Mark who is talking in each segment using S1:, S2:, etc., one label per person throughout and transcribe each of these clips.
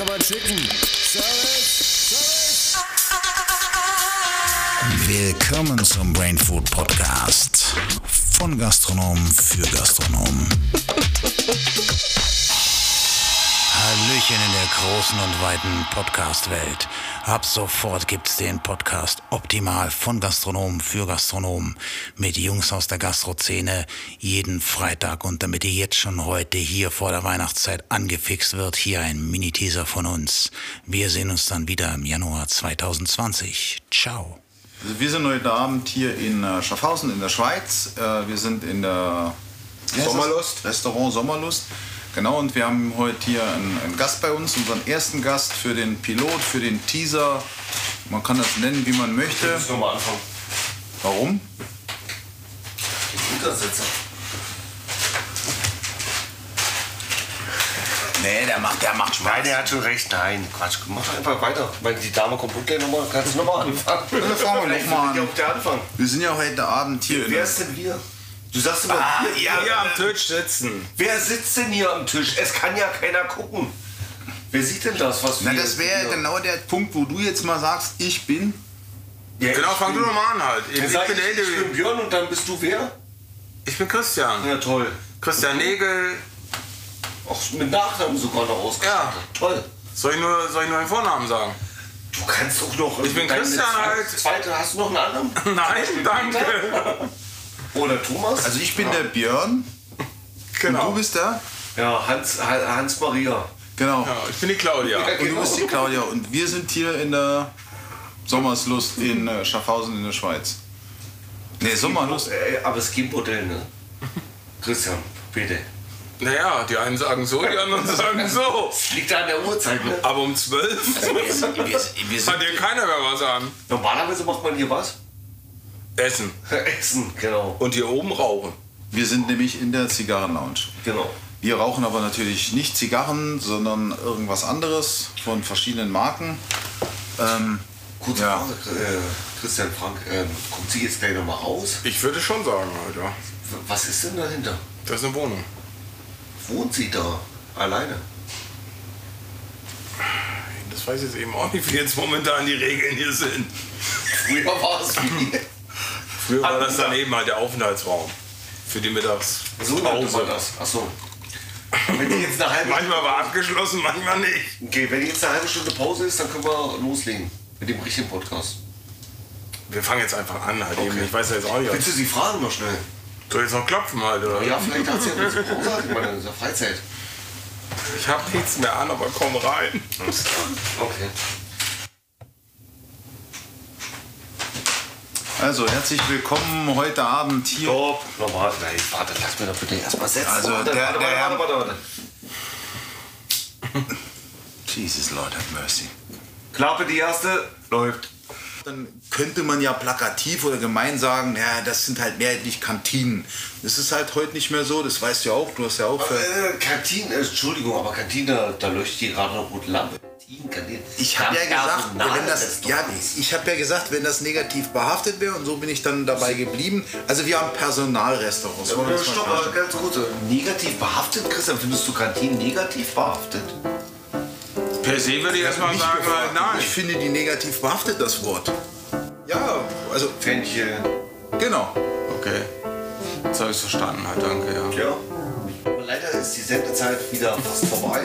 S1: aber Chicken. Service,
S2: Willkommen zum Brain Food Podcast. Von Gastronom für Gastronom. Hallöchen in der großen und weiten Podcast-Welt. Ab sofort gibt's den Podcast Optimal von Gastronom für Gastronom mit Jungs aus der Gastrozene jeden Freitag. Und damit ihr jetzt schon heute hier vor der Weihnachtszeit angefixt wird, hier ein Mini-Teaser von uns. Wir sehen uns dann wieder im Januar 2020. Ciao.
S3: Also wir sind heute Abend hier in äh, Schaffhausen in der Schweiz. Äh, Wir sind in der wie heißt das?
S4: Sommerlust.
S3: Restaurant Sommerlust. Genau, und wir haben heute hier einen, einen Gast bei uns, unseren ersten Gast für den Pilot, für den Teaser. Man kann das nennen, wie man möchte.
S4: Lass nochmal anfangen.
S3: Warum?
S4: Die Untersitzer.
S3: Nee, der macht, der macht
S4: Nein, er hat schon recht. Nein, Quatsch. Mach doch einfach weiter. Weil die Dame kommt gut gleich nochmal. Kannst du nochmal anfangen?
S3: Dann fangen wir nochmal an.
S4: Ja, auf der Anfang.
S3: Wir sind ja heute Abend hier. in
S4: Wer
S3: der-
S4: ist denn wir? Du sagst immer,
S5: Ah,
S4: wir, wir,
S5: Hier am Tisch sitzen.
S4: Wer sitzt denn hier am Tisch? Es kann ja keiner gucken. Wer sieht denn das, was
S3: Na,
S4: wir-
S3: das wäre
S4: wir-
S3: genau der Punkt, wo du jetzt mal sagst, ich bin.
S4: Ja,
S5: Genau,
S4: ich
S5: fang du
S4: bin-
S5: doch mal an halt. Ich,
S4: Dann
S5: ich,
S4: sag
S5: bin der
S4: ich, ich bin
S5: Interview.
S4: Björn und dann bist du wer?
S5: Ich bin Christian.
S4: Ja, toll.
S5: Christian Nägel.
S4: Auch mit Nachnamen sogar noch ausgestattet.
S5: Ja.
S4: Toll.
S5: Soll ich nur, soll ich nur den Vornamen sagen?
S4: Du kannst auch noch.
S5: Ich bin
S4: deine
S5: Christian
S4: zwe-
S5: halt.
S4: Zweite, hast du noch einen anderen?
S5: Nein,
S4: Zum Beispiel
S5: danke.
S4: Peter? Oder Thomas?
S3: Also ich bin der Björn und
S5: Genau.
S3: du bist der?
S4: ja, Hans, Ha- Hans-Maria.
S3: Genau.
S5: Ja, ich bin die Claudia.
S4: Ja.
S3: Und du
S4: Genau.
S3: bist die Claudia und wir sind hier in der Sommerslust in äh, Schaffhausen in der Schweiz. Ne, Sommerlust.
S4: Äh, aber es gibt Modell, ne? Christian, bitte.
S5: Naja, die einen sagen so, die anderen sagen so.
S4: Liegt da an der Uhrzeit, ne?
S5: Aber um zwölf
S3: Wir, wir
S5: hat dir keiner mehr was an.
S4: Normalerweise macht man hier was?
S5: Essen.
S4: Essen, genau.
S5: Und hier oben rauchen.
S3: wir sind nämlich in der Zigarrenlounge.
S4: Genau.
S3: Wir rauchen aber natürlich nicht Zigarren, sondern irgendwas anderes von verschiedenen Marken. Ähm,
S4: Kurze
S3: Ja.
S4: Frage, äh, Christian Frank, ähm, kommt sie jetzt gleich nochmal raus?
S5: Ich würde schon sagen, Alter.
S4: W- Was ist denn dahinter?
S5: Das ist eine Wohnung.
S4: Wohnt sie da? Alleine?
S5: Das weiß ich jetzt eben auch nicht, wie jetzt momentan die Regeln hier sind.
S4: Früher war es wie.
S5: Früher war das dann eben halt der Aufenthaltsraum. Für die Mittags.
S4: So nannte man das. Achso. Wenn die jetzt eine halbe,
S5: Manchmal war abgeschlossen, manchmal nicht.
S4: okay, wenn die jetzt eine halbe Stunde Pause ist, dann können wir loslegen mit dem richtigen Podcast.
S5: Wir fangen jetzt einfach an halt eben.
S4: Okay.
S5: Ich weiß ja jetzt auch nicht. ob-
S4: Willst du sie fragen noch schnell?
S5: Soll ich jetzt noch klopfen halt, oder?
S4: Ja, vielleicht hat sie ja was großartig mal in der Freizeit.
S5: Ich hab nichts mehr an, aber komm rein.
S4: Okay.
S3: also herzlich willkommen heute Abend hier.
S4: Stopp, nochmal. Nein, warte, lass mir doch bitte erstmal setzen.
S3: Also,
S4: warte,
S3: der-
S4: warte,
S3: der
S4: warte,
S3: Herr-
S4: warte, warte, warte.
S3: Jesus Lord have mercy.
S4: Klappe die erste, läuft.
S3: Dann könnte man ja plakativ oder gemein sagen, ja, das sind halt mehrheitlich Kantinen. Das ist halt heute nicht mehr so, das weißt du ja auch, du hast ja auch... äh,
S4: Äh, Kantine, äh, Entschuldigung, aber Kantine, da, da leuchtet die gerade noch rote Lampe. Kantine, Kantine.
S3: Ich habe ja
S4: Das
S3: gesagt,
S4: Personal
S3: wenn das,
S4: ist doch
S3: ja,
S4: nichts.
S3: ich habe ja gesagt, wenn das negativ behaftet wäre und so bin ich dann dabei geblieben. Also wir haben Personalrestaurants. wollen wir
S4: Äh,
S3: das mal
S4: Stopp,
S3: klarstellen.
S4: aber ganz kurz. äh, Negativ behaftet, Christian, findest du Kantinen negativ behaftet?
S5: Per se würde ich erstmal
S3: Mich
S5: sagen,
S3: gefragt.
S5: halt, nein.
S3: Ich finde die negativ behaftet, das Wort. Ja, also
S4: Fähnchen.
S3: genau.
S5: Okay. Jetzt habe ich verstanden halt, danke, ja.
S4: Ja. Aber leider ist die Sendezeit wieder fast vorbei.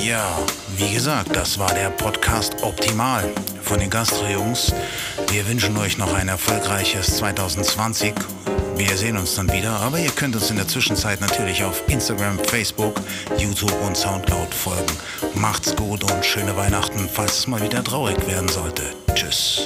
S2: Ja, wie gesagt, das war der Podcast Optimal von den Gastro-Jungs. Wir wünschen euch noch ein erfolgreiches 2020. Wir sehen uns dann wieder, aber ihr könnt uns in der Zwischenzeit natürlich auf Instagram, Facebook, YouTube und Soundcloud folgen. Macht's gut und schöne Weihnachten, falls es mal wieder traurig werden sollte. Tschüss.